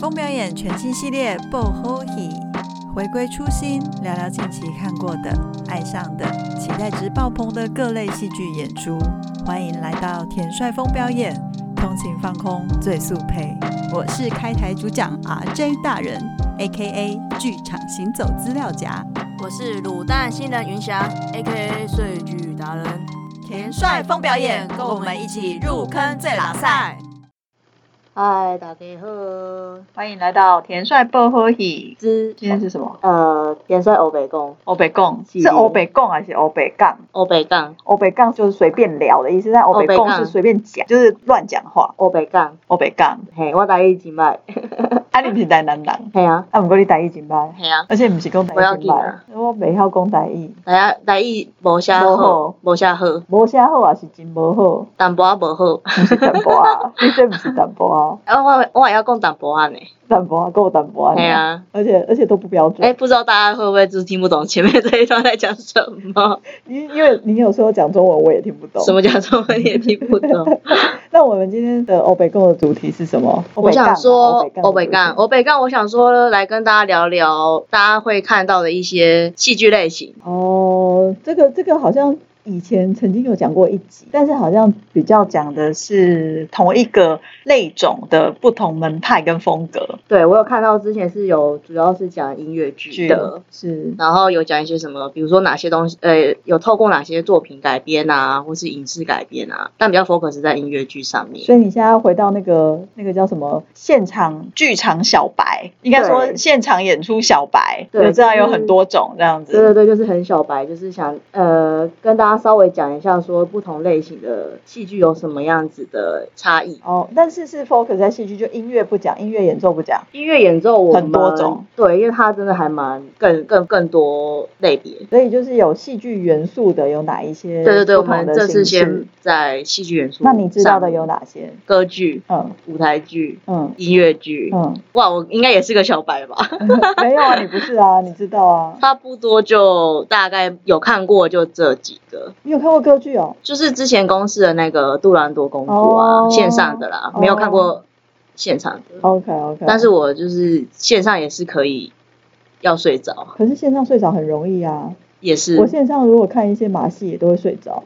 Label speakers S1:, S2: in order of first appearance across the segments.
S1: 风表演全新系列《爆吼戏》，回归初心，聊聊近期看过的、爱上的、期待值爆棚的各类戏剧演出。欢迎来到田帅风表演，通勤放空最速配。我是开台主讲 RJ 大人，A.K.A 剧场行走资料夹。
S2: 我是卤蛋新人云霞，A.K.A 睡剧达人。
S1: 田帅风表演，跟我们一起入坑最拉赛。
S3: 嗨，大家好，
S1: 欢迎来到田帅爆吼戏。
S3: 之
S1: 今天是什么？
S3: 呃，田帅欧北贡，
S1: 欧北共
S3: 是
S1: 是欧北共还是欧北杠？
S3: 欧北杠，
S1: 欧北杠就是随便聊的意思，但欧北
S3: 欧
S1: 共
S3: 北杠
S1: 是随便讲，就是乱讲话。
S3: 欧北杠，
S1: 欧北杠，
S3: 嘿，我台语真歹，
S1: 啊，你不是台南人，
S3: 嘿啊，
S1: 啊，毋过你台语真歹，
S3: 嘿啊，
S1: 而且毋是讲台
S3: 不要
S1: 语真
S3: 紧
S1: 歹
S3: 啊，
S1: 我袂晓讲台语，
S3: 大家台语无啥
S1: 无好
S3: 好，无啥好，
S1: 无啥好也是真无好，
S3: 淡薄仔无好，
S1: 毋是淡薄啊，你这毋是淡薄啊，
S3: 啊，我我也要讲淡薄仔呢，
S1: 淡薄啊，够淡薄啊，
S3: 嘿啊，
S1: 而且而且都不标
S3: 哎、
S1: 准，
S3: 不知道大家会不会就是听不懂前面这一段在讲什么？
S1: 因因为你有时候讲中文我也听不懂
S3: 什。么叫中文也听不懂？
S1: 那我们今天的欧北共的主题是什么？
S3: 我想说欧
S1: 欧
S3: 北
S1: 北
S3: 杠，
S1: 杠，
S3: 欧北杠，我想说来跟大家聊聊大家会看到的一些戏剧类型。
S1: 哦，这个这个好像以前曾经有讲过一集，但是好像比较讲的是同一个类种的不同门派跟风格
S3: 对我有看到之前是有主要是讲音乐剧的。
S1: 是
S3: 然后有讲一些什么，比如说哪些东西，呃，有透过哪些作品改编啊，或是影视改编啊，但比较 focus 在音乐剧上面。
S1: 所以你现在要回到那个那个叫什么现场剧场小白，应该说
S3: 对
S1: 现场演出小白，
S3: 对
S1: 就知道
S3: 就是
S1: 有很多种这样
S3: 对
S1: 子。
S3: 对对，就是很小白，就是想呃跟大家稍微讲一下，说不同类型的戏剧有什么样子的差异。
S1: 哦，但是是 focus 在戏剧，就音乐不讲，音乐演奏不讲。
S3: 音乐演奏我们
S1: 很多种，
S3: 对，因为它真的还蛮更更更多类别。
S1: 所以就是有戏剧元素的有哪一些？
S3: 对对对，我
S1: 不同
S3: 们
S1: 的
S3: 这次
S1: 形式
S3: 先在戏剧元素
S1: 那
S3: 上面。
S1: 你知道的有哪些？
S3: 歌剧、
S1: 嗯
S3: 舞台剧、
S1: 嗯
S3: 音乐剧？
S1: 嗯，
S3: 哇，我应该也是个小白吧？
S1: 没有啊，你不是啊，你知道啊。
S3: 差不多就大概有看过就这几个，
S1: 你有看过歌剧哦？
S3: 就是之前公司的那个杜兰朵公主啊，
S1: 哦
S3: 线上的啦，
S1: 哦
S3: 没有看过现场的，
S1: OK OK，
S3: 但是我就是线上也是可以要睡着，
S1: 可是线上睡着很容易啊。
S3: 也
S1: 我
S3: 是
S1: 线上如果看一些马戏，也都会睡着。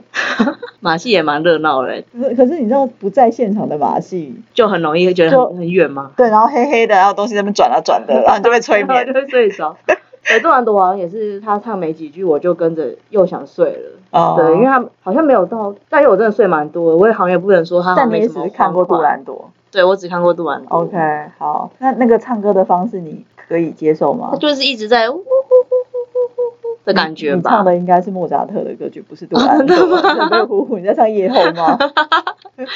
S3: 马戏也蛮热闹的，
S1: 可是可是你知道不在现场的马戏，
S3: 就很容易会觉得
S1: 就
S3: 很很远嘛，
S1: 对，然后黑黑的，然后东西在那边转啊转 的，然后你就被催
S3: 然后就
S1: 眠。
S3: 会睡 着。对，杜兰朵好像也是她唱没几句，我就跟着又想睡了。
S1: 哦
S3: 对，因为她好像没有到，但因为我真的睡蛮多的，我也好像也不能说她好像
S1: 但你
S3: 没
S1: 也
S3: 什
S1: 只
S3: 么嗯
S1: 是看过
S3: 欢
S1: 杜
S3: 快，
S1: 兰朵。
S3: 对我只看过杜兰朵。
S1: OK，好，那那个唱歌的方式你可以接受吗
S3: 他？就是一直在呜呼呼呼呼呼呼的感觉
S1: 你
S3: 吧 啊
S1: 唱。的应该是莫扎特的歌曲，不是杜兰朵。准备呼呼，你在唱夜后吗？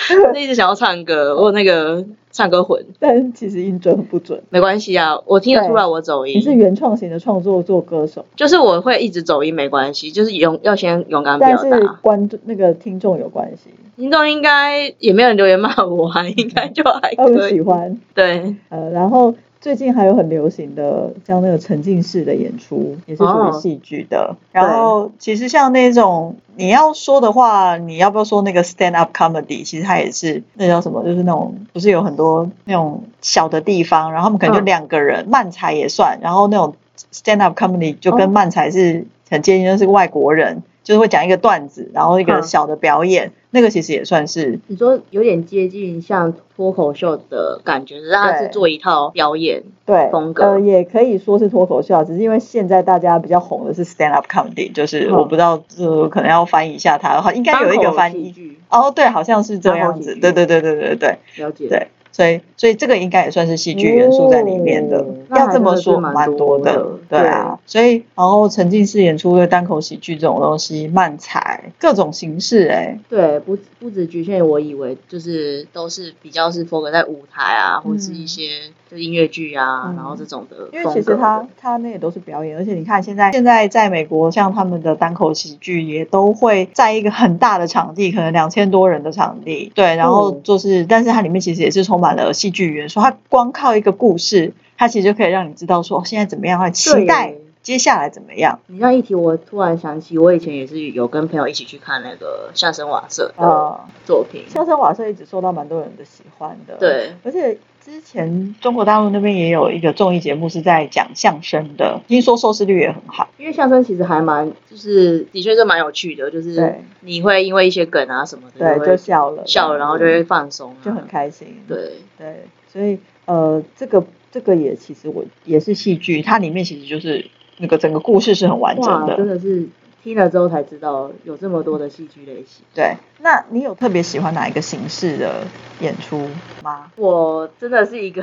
S3: 就一直想要唱歌，我有那个唱歌魂
S1: 但其实音准很不准。
S3: 没关系啊，我听得
S1: 对
S3: 出来我走
S1: 你是
S3: 音，
S1: 原创型的创作做歌手，
S3: 就是我会一直走音没关系，就是勇要先勇敢表
S1: 但是
S3: 达。
S1: 观众那个听众有关系，
S3: 听众应该也没有人留言骂我啊，应该就还
S1: 他们
S3: 可
S1: 喜
S3: 以。
S1: 欢。
S3: 对，
S1: 呃，然后最近还有很流行的像那个沉浸式的演出，也是属于
S3: 哦
S1: 戏剧的。然后其实像那种你要说的话，你要不要说那个 stand up comedy？其实它也是那叫什么，就是那种不是有很多那种小的地方，然后他们可能就
S3: 嗯
S1: 两个人，漫才也算，然后那种 stand up comedy 就跟
S3: 哦
S1: 漫才是很接近，就是外国人。就是会讲一个段子，然后一个
S3: 嗯
S1: 小的表演，那个其实也算是
S3: 你说有点接近像脱口秀的感觉，只是它
S1: 对
S3: 是做一套表演。
S1: 对
S3: 风格
S1: 呃，也可以说是脱口秀啊，只是因为现在大家比较红的是 stand up comedy，就是
S3: 嗯
S1: 我不知道，呃，可能要翻译一下它，好应该有一个翻
S3: 单口喜
S1: 译。
S3: 剧，
S1: 哦，对，好像是这样子，
S3: 单口喜剧
S1: 对对对对对对
S3: 了解。
S1: 对，所以所以这个应该也算是戏剧元素在里面的，
S3: 哦那
S1: 要
S3: 还
S1: 这么
S3: 真的是
S1: 说
S3: 蛮
S1: 蛮
S3: 多
S1: 的，
S3: 的
S1: 对啊，所以然后沉浸式演出的单口喜剧这种东西，漫才各种形式、哎，
S3: 对，不不止局限于我以为，就是都是比较是 focus 在舞台啊，或是一些就音乐剧啊，
S1: 嗯
S3: 然后这种的风格
S1: 因
S3: 的。
S1: 为其实他他那也都是表演，而且你看现在现在在美国，像他们的单口喜剧也都会在一个很大的场地，可能两千多人的场地，对，然后
S3: 嗯
S1: 就是，但是它里面其实也是充满了戏剧元素，它光靠一个故事，它其实就可以让你知道说哦现在怎么样，还期
S3: 对
S1: 待接下来怎么样。
S3: 你这样一提，我突然想起，我以前也是有跟朋友一起去看那个相声瓦舍的
S1: 呃，
S3: 作品，
S1: 相声瓦舍一直受到蛮多人的喜欢的，，
S3: 对，
S1: 而且之前中国大陆那边也有一个综艺节目是在讲相声的，听说收视率也很好。
S3: 因为相声其实还蛮，就是的确是蛮有趣的，就是
S1: 对
S3: 你会因为一些梗啊什么的，
S1: 对，
S3: 你
S1: 就
S3: 会
S1: 笑了，
S3: 笑了，然后就会放松、啊，
S1: 就很开心。
S3: 对。
S1: 对，所以呃，这个这个也其实我也是戏剧，它里面其实就是那个整个故事是很完整
S3: 哇，真
S1: 的。
S3: 的是听了之后才知道有这么多的戏剧类型。
S1: 对，那你有特别喜欢哪一个形式的演出吗？
S3: 我真的是一个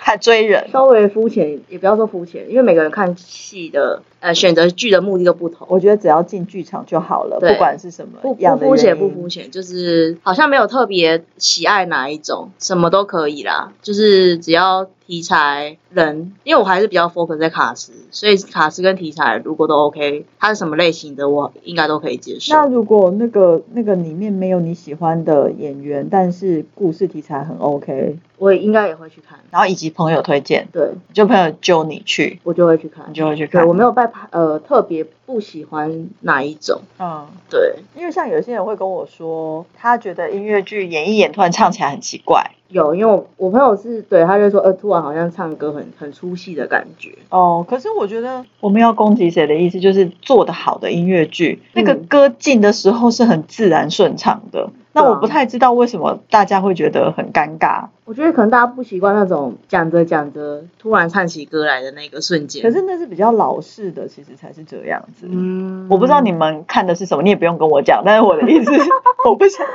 S1: 看追人，
S3: 稍微肤浅，也不要说肤浅，因为每个人看戏的呃选择剧的目的都不同。
S1: 我觉得只要进剧场就好了，
S3: 对
S1: 不管是什么
S3: 不
S1: 样
S3: 不
S1: 的
S3: 肤
S1: 原
S3: 浅，不
S1: 因
S3: 肤浅，就是好像没有特别喜爱哪一种，什么都可以啦。就是只要题材、人，因为我还是比较 focus 在卡斯，所以卡斯跟题材如果都 OK，它是什么类型的，我应该都可以接受。
S1: 那如果那个那个里面没有你喜欢的演员，但是故事题材很 OK，
S3: 我应该也会去看，
S1: 然后以及朋友推荐，
S3: 对
S1: 就朋友揪你去，
S3: 我就会去看
S1: 你。就会去
S3: 对，
S1: 看
S3: 我。没有拜呃特别不喜欢哪一种，
S1: 嗯，
S3: 对，
S1: 因为像有些人会跟我说，他觉得音乐剧演一演突然唱起来很奇怪。
S3: 有，因为我我朋友是对他就说，呃，突然好像唱歌很很出戏的感觉，
S1: 哦，可是我觉得我们要攻击谁的意思，就是做得好的音乐剧，那个歌进的时候是很自然顺畅的。那我不太知道为什么大家会觉得很尴尬。
S3: 我觉得可能大家不习惯那种讲着讲着突然唱起歌来的那个瞬间。
S1: 可是那是比较老式的，其实才是这样子。
S3: 嗯
S1: 我不知道你们看的是什么，你也不用跟我讲。但是我的意 思是，我不想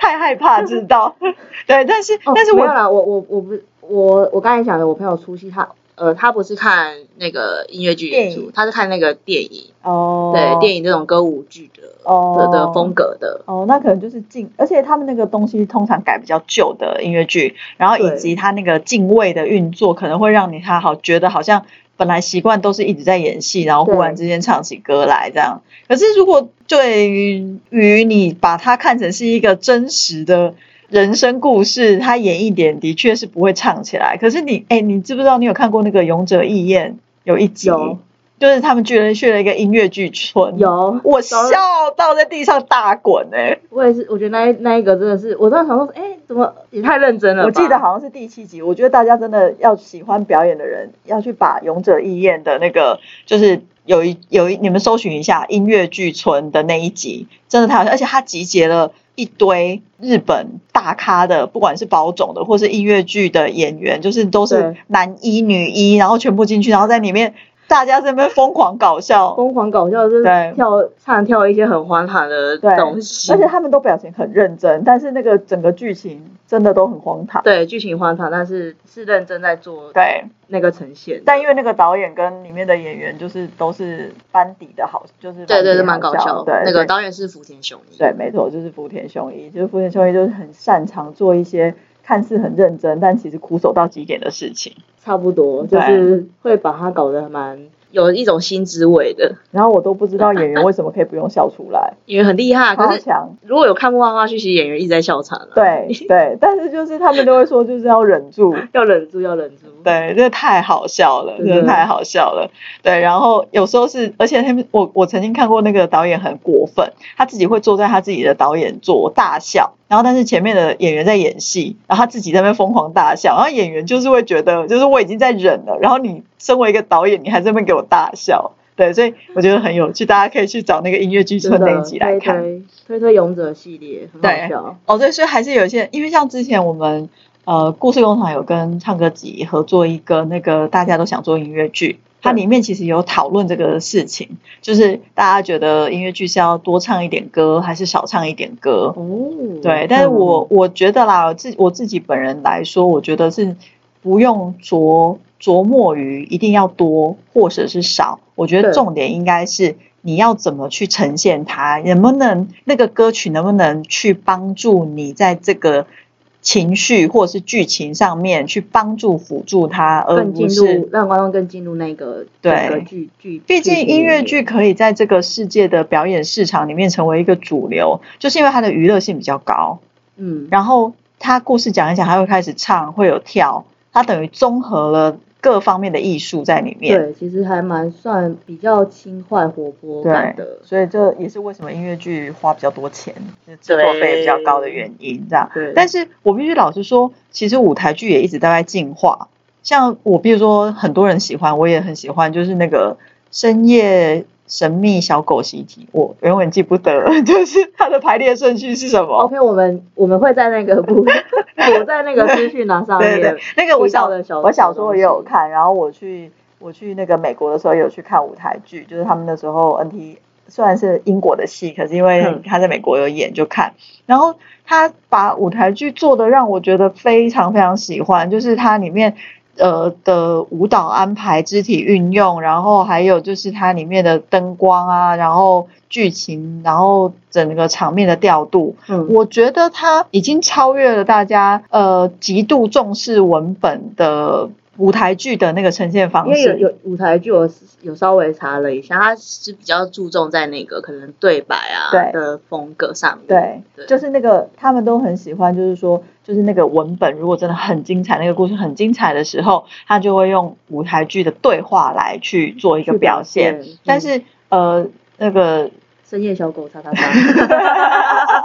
S1: 太害怕知道。 对，但是、
S3: 哦
S1: 但是
S3: 没有
S1: 我
S3: 啦，我我我不我我刚才讲的，我朋友出戏他。呃，他不是看那个音乐剧演
S1: 电
S3: 出
S1: 影，
S3: 他是看那个电影，
S1: 哦，
S3: 对电影这种歌舞剧的、
S1: 哦
S3: 的的风格的，
S1: 哦，那可能就是敬，而且他们那个东西通常改比较旧的音乐剧，然后以
S3: 对
S1: 及他那个敬畏的运作，可能会让你他好觉得好像本来习惯都是一直在演戏，然后忽然
S3: 对
S1: 之间唱起歌来这样。可是如果对于你把它看成是一个真实的。人生故事，他演一点的确是不会唱起来。可是你，哎、你知不知道你有看过那个《勇者义彦》有一集，
S3: 有
S1: 就是他们居然去了一个音乐剧村，
S3: 有
S1: 我笑到在地上大滚哎、
S3: 我也是，我觉得那一那一个真的是，我当时想说，哎、怎么也太认真了吧？
S1: 我记得好像是第七集，我觉得大家真的要喜欢表演的人，要去把《勇者义彦》的那个，就是有一有一，你们搜寻一下音乐剧村的那一集，真的太好笑，而且它集结了一堆日本大咖的，不管是保种的或是音乐剧的演员，就是都是
S3: 对
S1: 男一女一，然后全部进去，然后在里面大家在那边疯狂搞笑，
S3: 疯狂搞笑，就是
S1: 对
S3: 跳唱跳一些很欢喊的
S1: 对
S3: 东西，
S1: 而且他们都表情很认真，但是那个整个剧情真的都很荒唐。
S3: 对剧情荒唐，但是是认真在做
S1: 对，
S3: 那个呈现。
S1: 但因为那个导演跟里面的演员就是都是班底的好，就是
S3: 对对
S1: 对
S3: 对，蛮搞笑
S1: 对
S3: 的。那个
S1: 对
S3: 导演是福田雄一，
S1: 对，没错，就是福田雄一，就是福田雄一就是很擅长做一些看似很认真，但其实苦手到极点的事情。
S3: 差不多就是会把它搞得蛮有一种新滋味的，
S1: 然后我都不知道演员为什么可以不用笑出 来，
S3: 因为很厉害。
S1: 超
S3: 啊可是
S1: 强。
S3: 如果有看过漫画剧，其实演员一直在笑场啊，
S1: 对对，但是就是他们都会说就是要忍住，
S3: 要忍住，要忍住。
S1: 对，这太好笑了，
S3: 真
S1: 真
S3: 的
S1: 的太好笑了。对，然后有时候是，而且他们，我我曾经看过那个导演很过分，他自己会坐在他自己的导演座大笑，然后但是前面的演员在演戏，然后他自己在那边疯狂大笑，然后演员就是会觉得，就是我已经在忍了，然后你身为一个导演，你还在那边给我大笑。对，所以我觉得很有趣，大家可以去找那个音乐剧村
S3: 真
S1: 那一
S3: 的
S1: 集来
S3: 推
S1: 看。
S3: 推推推勇者系列很好
S1: 对
S3: 笑，
S1: 哦，对，所以还是有一些，因为像之前我们呃故事工厂有跟唱歌集合作一个那个大家都想做音乐剧，它里面其实有讨论这个事情，就是大家觉得音乐剧是要多唱一点歌，还是少唱一点歌？
S3: 哦，
S1: 对，但是
S3: 嗯
S1: 我我觉得啦，我自我自己本人来说，我觉得是不用琢琢磨于一定要多或者是少，我觉得
S3: 对
S1: 重点应该是你要怎么去呈现它，能不能那个歌曲能不能去帮助你在这个情绪或者是剧情上面去帮助辅助它，而
S3: 更进
S1: 不
S3: 入
S1: 呃是。
S3: 让观众更进入那个
S1: 对
S3: 那个剧剧，
S1: 毕竟音乐
S3: 情里
S1: 剧
S3: 面
S1: 可以在这个世界的表演市场里面成为一个主流，就是因为它的娱乐性比较高。
S3: 嗯，
S1: 然后他故事讲一讲，他会开始唱，会有跳，他等于综合了各方面的艺术在里面。
S3: 对，其实还蛮算比较轻快活泼感的
S1: 对，。所以这也是为什么音乐剧花比较多钱，就是制作费比较高的原因。这样，
S3: 对，
S1: 但是我必须老实说，其实舞台剧也一直在进化。像我，比如说很多人喜欢，我也很喜欢，就是那个深夜神秘小狗习题，我永远记不得了， 就是它的排列顺序是什么。
S3: OK，我们我们会在那个部 我在那个资讯栏上
S1: 对对
S3: 面
S1: 对，那个我
S3: 提到
S1: 小
S3: 的小
S1: 我小时候也有看，然后我去我去那个美国的时候也有去看舞台剧，就是他们那时候 NT 虽然是英国的戏，可是因为
S3: 嗯
S1: 他在美国有演就看，然后他把舞台剧做的让我觉得非常非常喜欢，就是它里面。呃的舞蹈安排、肢体运用，然后还有就是它里面的灯光啊，然后剧情，然后整个场面的调度，
S3: 嗯，
S1: 我觉得它已经超越了大家呃极度重视文本的舞台剧的那个呈现
S3: 因
S1: 方
S3: 为有
S1: 式。
S3: 有舞台剧，我有稍微查了一下，它是比较注重在那个可能对白啊
S1: 对
S3: 的风格上面。
S1: 对，
S3: 对
S1: 就是那个他们都很喜欢，就是说，就是那个文本如果真的很精彩，那个故事很精彩的时候，他就会用舞台剧的对话来去做一个
S3: 去
S1: 表现。
S3: 嗯
S1: 但是呃，那个
S3: 深夜小狗叉叉 叉，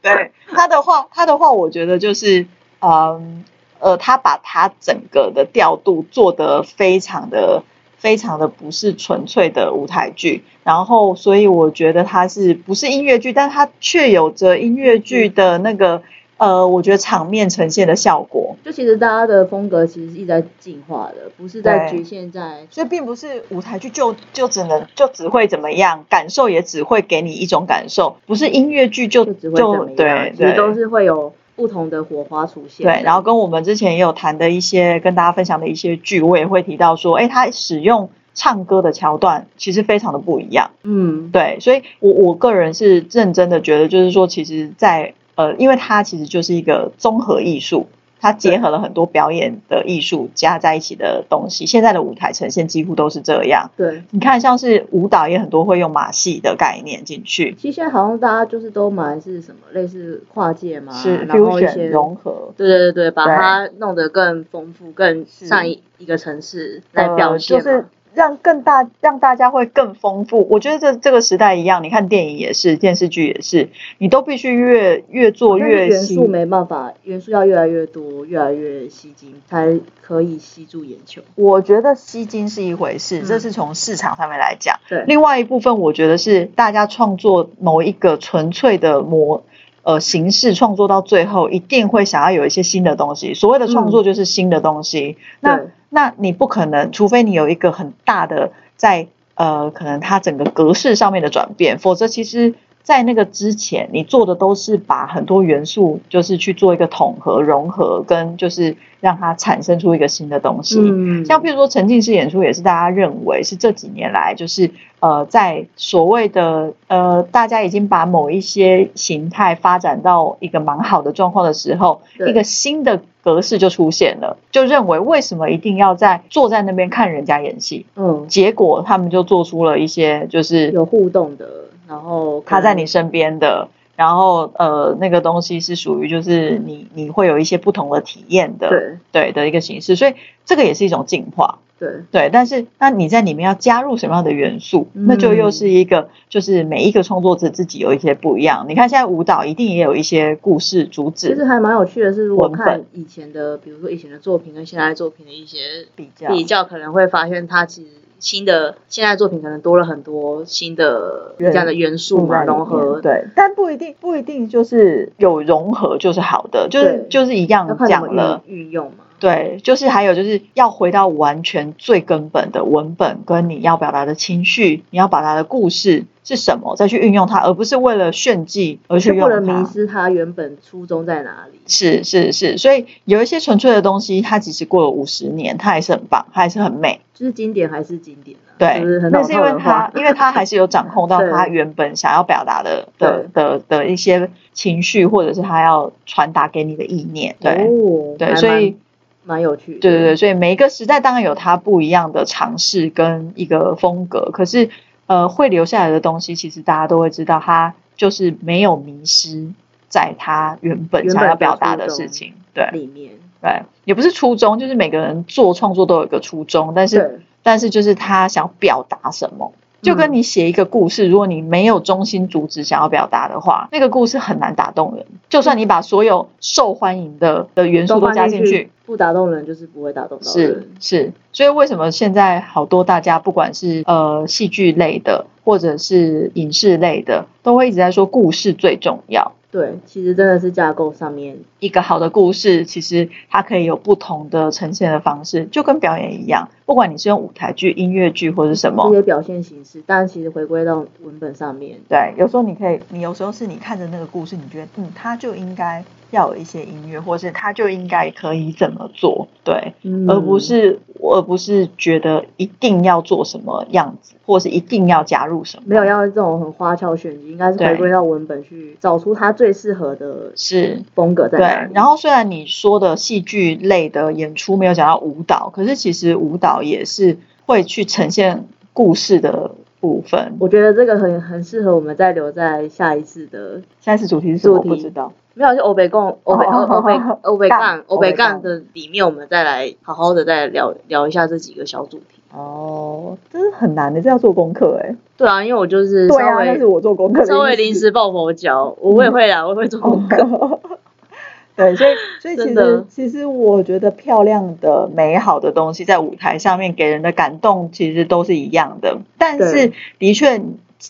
S1: 对他的话，他的话，我觉得就是，嗯，呃，他把他整个的调度做得非常的、非常的不是纯粹的舞台剧，然后所以我觉得他是不是音乐剧，但他却有着音乐剧
S3: 嗯
S1: 的那个，呃，我觉得场面呈现的效果。
S3: 就其实大家的风格其实一直在进化的，不是在
S1: 对
S3: 局限在
S1: 所以并不是舞台剧就就只能就只会怎么样，感受也只会给你一种感受，不是音乐剧就
S3: 就只会怎么样，
S1: 对
S3: 其
S1: 对
S3: 实都是会有不同的火花出现。
S1: 对，然后跟我们之前也有谈的一些跟大家分享的一些剧，我也会提到说，哎，他使用唱歌的桥段其实非常的不一样。
S3: 嗯，
S1: 对，所以我我个人是认真的觉得，就是说，其实在，呃，因为它其实就是一个综合艺术，它结合了很多表演的艺术加在一起的东西。现在的舞台呈现几乎都是这样。
S3: 对，
S1: 你看，像是舞蹈也很多会用马戏的概念进去，
S3: 其实现在好像大家就是都蛮是什么类似跨界嘛，
S1: 是
S3: 啊然后一些
S1: fusion 融合。
S3: 对对对对，把
S1: 对
S3: 它弄得更丰富，更
S1: 是
S3: 上一一个层次来表现、
S1: 呃，就是让更大让大家会更丰富。我觉得这这个时代一样，你看电影也是，电视剧也是，你都必须越越做
S3: 但是
S1: 越
S3: 元
S1: 新
S3: 素。没办法，元素要越来越多，越来越吸睛，才可以吸住眼球。
S1: 我觉得吸金是一回事，
S3: 嗯
S1: 这是从市场上面来讲。
S3: 对
S1: 另外一部分，我觉得是大家创作某一个纯粹的模呃形式，创作到最后一定会想要有一些新的东西。所谓的创
S3: 嗯
S1: 作就是新的东西。那
S3: 对
S1: 那你不可能，除非你有一个很大的在呃，可能它整个格式上面的转变，否则其实，在那个之前，你做的都是把很多元素就是去做一个统合、融合，跟就是让它产生出一个新的东西。
S3: 嗯
S1: 像譬如说沉浸式演出，也是大家认为是这几年来，就是呃，在所谓的呃，大家已经把某一些形态发展到一个蛮好的状况的时候，
S3: 对
S1: 一个新的格式就出现了，就认为为什么一定要在坐在那边看人家演戏？
S3: 嗯，
S1: 结果他们就做出了一些就是
S3: 有互动的，然后可
S1: 他在
S3: 能
S1: 你身边的。然后，呃，那个东西是属于就是你你会有一些不同的体验的，
S3: 对
S1: 对的一个形式，所以这个也是一种进化。
S3: 对
S1: 对，但是那你在里面要加入什么样的元素，那就
S3: 嗯
S1: 又是一个，就是每一个创作者自己有一些不一样。你看现在舞蹈一定也有一些故事主
S3: 其实
S1: 旨
S3: 还蛮有趣的是，如果
S1: 文本
S3: 看以前的，比如说以前的作品跟现在作品的一些
S1: 比较，
S3: 比较，可能会发现它其实新的现在作品可能多了很多新的
S1: 元
S3: 这样的元素嘛，融合。
S1: 对，但不一定不一定就是有融合就是好的，就是
S3: 对
S1: 就是一样
S3: 要看怎
S1: 讲了
S3: 么。运运用嘛。
S1: 对，就是还有就是要回到完全最根本的文本，跟你要表达的情绪，你要表达的故事是什么，再去运用它，而不是为了炫技而去
S3: 就
S1: 用
S3: 不
S1: 它。
S3: 能迷失它原本初衷在哪里。
S1: 是是是，所以有一些纯粹的东西，它即使过了五十年，它还是很棒，它还是很美。
S3: 就是经典还是经典啊，
S1: 对，
S3: 就是很老
S1: 那是因
S3: 套
S1: 为
S3: 的
S1: 它
S3: 话，，哦
S1: 因为它 还是有掌控到
S3: 对
S1: 它原本想要表达的的
S3: 对
S1: 的的一些情绪，或者是它要传达给你的意念。对、
S3: 哦、还
S1: 对，
S3: 蛮
S1: 所以
S3: 蛮有趣的，
S1: 对对对，所以每一个时代当然有它不一样的尝试跟一个风格，可是呃，会留下来的东西，其实大家都会知道，它就是没有迷失在它原本
S3: 原
S1: 想
S3: 本
S1: 要
S3: 的
S1: 表
S3: 初
S1: 达的
S3: 衷
S1: 事情。对，
S3: 里面
S1: 对，也不是初衷，就是每个人做创作都有一个初衷，但是
S3: 对，
S1: 但是就是他想表达什么。就跟你写一个故事，如果你没有中心主旨想要表达的话，那个故事很难打动人。就算你把所有受欢迎的的元素都加进去，，
S3: 不打动人就是不会打动到
S1: 是
S3: 人。
S1: 是，所以为什么现在好多大家不管是呃戏剧类的，或者是影视类的，都会一直在说故事最重要。
S3: 对，其实真的是架构上面，
S1: 一个好的故事，其实它可以有不同的呈现的方式，就跟表演一样，不管你是用舞台剧、音乐剧或是什
S3: 这
S1: 么，
S3: 些表现形式，但其实回归到文本上面，
S1: 对，有时候你可以，你有时候是你看着那个故事，你觉得嗯，它就应该要有一些音乐，或是它就应该可以怎么做，对，
S3: 嗯
S1: 而不是而不是觉得一定要做什么样子，或是一定要加入什么。
S3: 没有要这种很花俏炫技，应该是
S1: 对
S3: 回归到文本去找出它最适合的
S1: 是
S3: 风格在
S1: 对
S3: 哪里。，
S1: 然后虽然你说的戏剧类的演出没有讲到舞蹈，可是其实舞蹈也是会去呈现故事的部分。
S3: 我觉得这个很很适合我们再留在下一次的，
S1: 下一次主题是什么？我
S3: 主题
S1: 不知道。
S3: 没有就欧北共欧北
S1: 哦
S3: 欧欧北
S1: 哦
S3: 欧北
S1: 干
S3: 干欧北
S1: 欧北干
S3: 干的里面，我们再来好好的再聊聊一下这几个小主题。
S1: 哦，这是很难的，这要做功课哎、
S3: 对啊，因为我就是稍
S1: 对啊，那是
S3: 微
S1: 我做 功课的意思。
S3: 稍微临时抱佛脚，我我也会啦，我也会做功课。
S1: 哦 对，所以所以其
S3: 真
S1: 实
S3: 的
S1: 其实我觉得漂亮的、美好的东西在舞台上面给人的感动其实都是一样的，但是
S3: 对
S1: 的确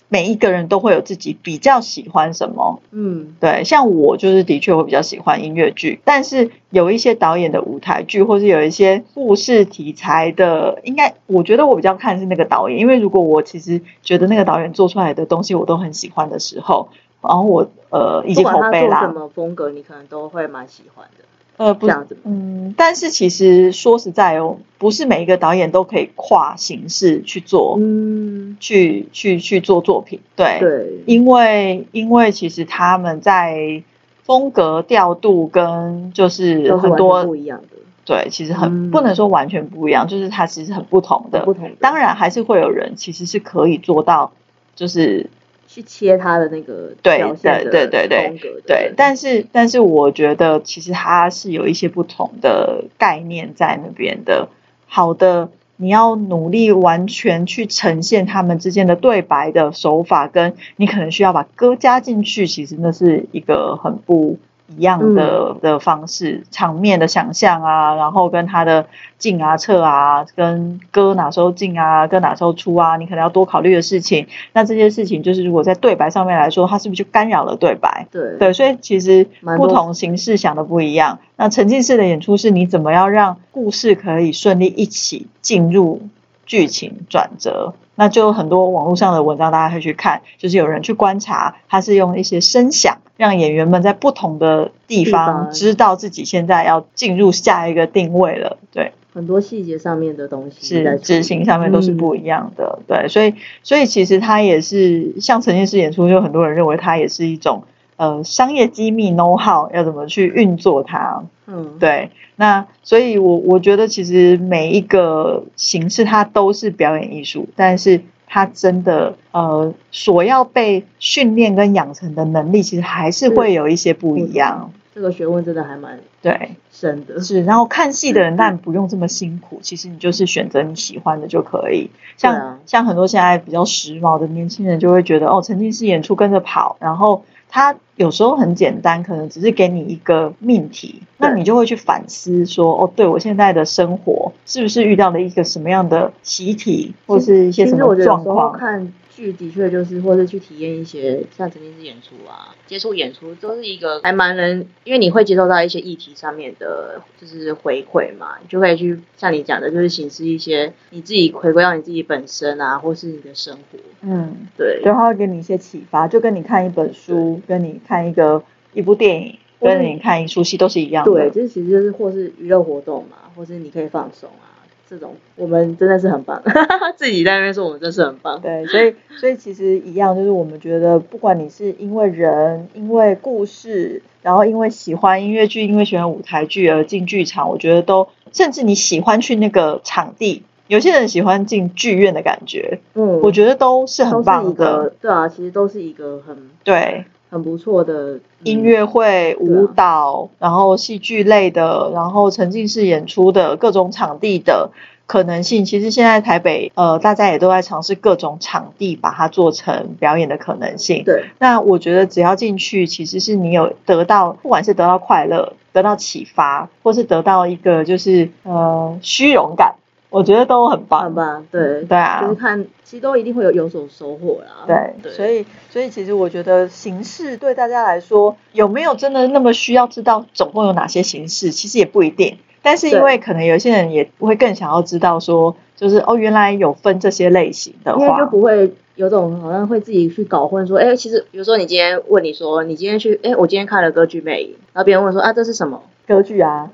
S1: 每一个人都会有自己比较喜欢什么。
S3: 嗯，
S1: 对，像我就是的确会比较喜欢音乐剧，但是有一些导演的舞台剧，或是有一些故事题材的，应该我觉得我比较看是那个导演，因为如果我其实觉得那个导演做出来的东西我都很喜欢的时候，然后我呃已
S3: 不
S1: 经
S3: 管
S1: 口
S3: 他
S1: 碑
S3: 做
S1: 啦，
S3: 什么风格，你可能都会蛮喜欢的。
S1: 呃，不
S3: 这样子
S1: 嗯，但是其实说实在哦，不是每一个导演都可以跨形式去做，
S3: 嗯，
S1: 去去去做作品，对，
S3: 对，
S1: 因为因为其实他们在风格调度跟就是
S3: 都是
S1: 很
S3: 完全
S1: 多
S3: 不一样的，
S1: 对，其实很、
S3: 嗯
S1: 不能说完全不一样，就是它其实很不同的。
S3: 不同的。
S1: 当然还是会有人其实是可以做到，就是
S3: 去切他的那个
S1: 对
S3: 表现的
S1: 对对对对
S3: 风格的
S1: 对，但是但是我觉得其实它是有一些不同的概念在那边的。好的，你要努力完全去呈现他们之间的对白的手法，跟你可能需要把歌加进去，其实那是一个很不。一样的的方式，场面的想象啊，然后跟他的进啊、撤啊，跟歌哪时候进啊，歌哪时候出啊，你可能要多考虑的事情。那这些事情就是，如果在对白上面来说，它是不是就干扰了对白？
S3: 对
S1: 对，所以其实
S3: 蛮
S1: 不
S3: 多
S1: 同形式想的不一样。那沉浸式的演出是你怎么样让故事可以顺利一起进入剧情转折？那就很多网络上的文章，大家会去看，就是有人去观察，他是用一些声响，让演员们在不同的地
S3: 地
S1: 方
S3: 方
S1: 知道自己现在要进入下一个定位了。对，
S3: 很多细节上面的东西
S1: 是
S3: 在嗯
S1: 嗯
S3: 处
S1: 执
S3: 理
S1: 行上面都是不一样的，对，所以所以其实它也是像沉浸式演出，就很多人认为它也是一种呃商业机密 know how 要怎么去运作它，
S3: 嗯，
S1: 对，那所以我我觉得其实每一个形式它都是表演艺术，但是它真的呃所要被训练跟养成的能力，其实还是嗯
S3: 是
S1: 会有一些不一样，
S3: 这个学问真的还蛮
S1: 对。
S3: 深的。
S1: 是，然后看戏的
S3: 嗯
S1: 人但不用这么辛苦，其实你就是选择你喜欢的就可以。像、
S3: 对啊
S1: 像很多现在比较时髦的年轻人就会觉得，哦，沉浸式演出跟着跑，然后他有时候很简单，可能只是给你一个命题，那
S3: 对
S1: 你就会去反思说，哦，对我现在的生活是不是遇到了一个什么样的习题，或是一些
S3: 其
S1: 什
S3: 实
S1: 么
S3: 我觉得有
S1: 状
S3: 时候
S1: 况？
S3: 看剧的确就是，或是去体验一些像曾经是演出啊，接触演出都是一个还蛮能，因为你会接受到一些议题上面的，就是回馈嘛，你就会去像你讲的，就是形式一些你自己回归到你自己本身啊，或是你的生活，
S1: 嗯，
S3: 对，
S1: 然后会给你一些启发，就跟你看一本书，跟你看一个一部电影，
S3: 或是
S1: 跟你看一出戏都是一样的。
S3: 对，这其实就是或是娱乐活动嘛，或是你可以放松啊，这种我们真的是很棒， 自己在那边说我们真是很棒，
S1: 对，所以所以其实一样，就是我们觉得，不管你是因为人、因为故事，然后因为喜欢音乐剧、因为喜欢舞台剧而进剧场，我觉得都，甚至你喜欢去那个场地，有些人喜欢进剧院的感觉，
S3: 嗯，
S1: 我觉得都是
S3: 都
S1: 很
S3: 是一
S1: 棒
S3: 个啊
S1: 的。
S3: 对啊，其实都是一个很
S1: 对
S3: 很不错的
S1: 音，乐会、
S3: 嗯对啊
S1: 舞蹈，然后戏剧类的，然后沉浸式演出的各种场地的可能性。其实现在台北，呃，大家也都在尝试各种场地，把它做成表演的可能性
S3: 嗯。对，
S1: 那我觉得只要进去，其实是你有得到，不管是得到快乐、得到启发，或是得到一个就是呃虚荣感，我觉得都很
S3: 好
S1: 棒。
S3: 吧，对，
S1: 对啊，
S3: 就是看，其实都一定会有有所收获啦。
S1: 对，所以所以其实我觉得形式对大家来说有没有真的那么需要知道总共有哪些形式，其实也不一定。但是因为可能有些人也会更想要知道说，就是哦，原来有分这些类型 的
S3: 因为就
S1: 话，
S3: 不会有种好像会自己去搞混说，哎、其实比如说你今天问你说，你今天去，哎、我今天看了歌剧魅影，然后别人问说啊，这是什么？
S1: 歌剧啊，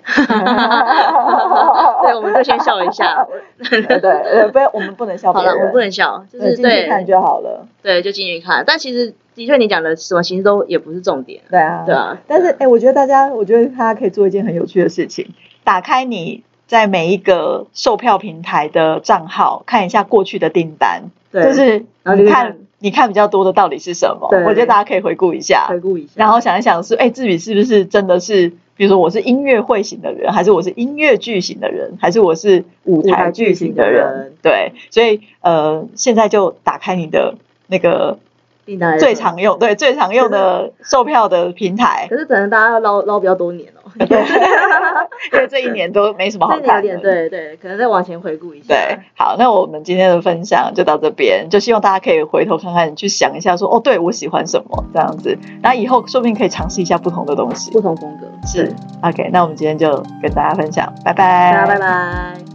S3: 对，我们就先笑 一下。
S1: 对对，呃不，我们不能笑别
S3: 好了，
S1: 人，
S3: 我们不能笑，就
S1: 对
S3: 是
S1: 进去看
S3: 对
S1: 就好了，
S3: 对，就进去看。但其实的确，你讲的什么形式都也不是重点，
S1: 对啊，
S3: 对啊。
S1: 但是，哎、我觉得大家，我觉得大家可以做一件很有趣的事情，打开你在每一个售票平台的账号，看一下过去的订单，
S3: 对，
S1: 就是
S3: 然后
S1: 你
S3: 就
S1: 看
S3: 看
S1: 你看比较多的到底是什么
S3: 对？
S1: 我觉得大家可以回顾一下
S3: 回，顾一下，
S1: 然后想一想是，哎、自己是不是真的是，比如说我是音乐会型的人，还是我是音乐剧型的人，还是我是舞
S3: 舞台
S1: 台
S3: 剧
S1: 剧
S3: 型
S1: 型
S3: 的
S1: 的
S3: 人
S1: 人？对，所以呃，现在就打开你的那个
S3: 订单
S1: 最。常用，对最常用的售票的平台。
S3: 可是可能大家要捞捞比较多年哦，
S1: 对，因为这一年都没什么好
S3: 这里有
S1: 看
S3: 点
S1: 的。
S3: 对对，可能再往前回顾一下。
S1: 对，好，那我们今天的分享就到这边，就希望大家可以回头看看，去想一下说，哦，对我喜欢什么这样子，然后以后说不定可以尝试一下不同的东西
S3: 不。同风格，
S1: 是，OK，那我们今天就跟大家分享，拜
S3: 大家拜拜。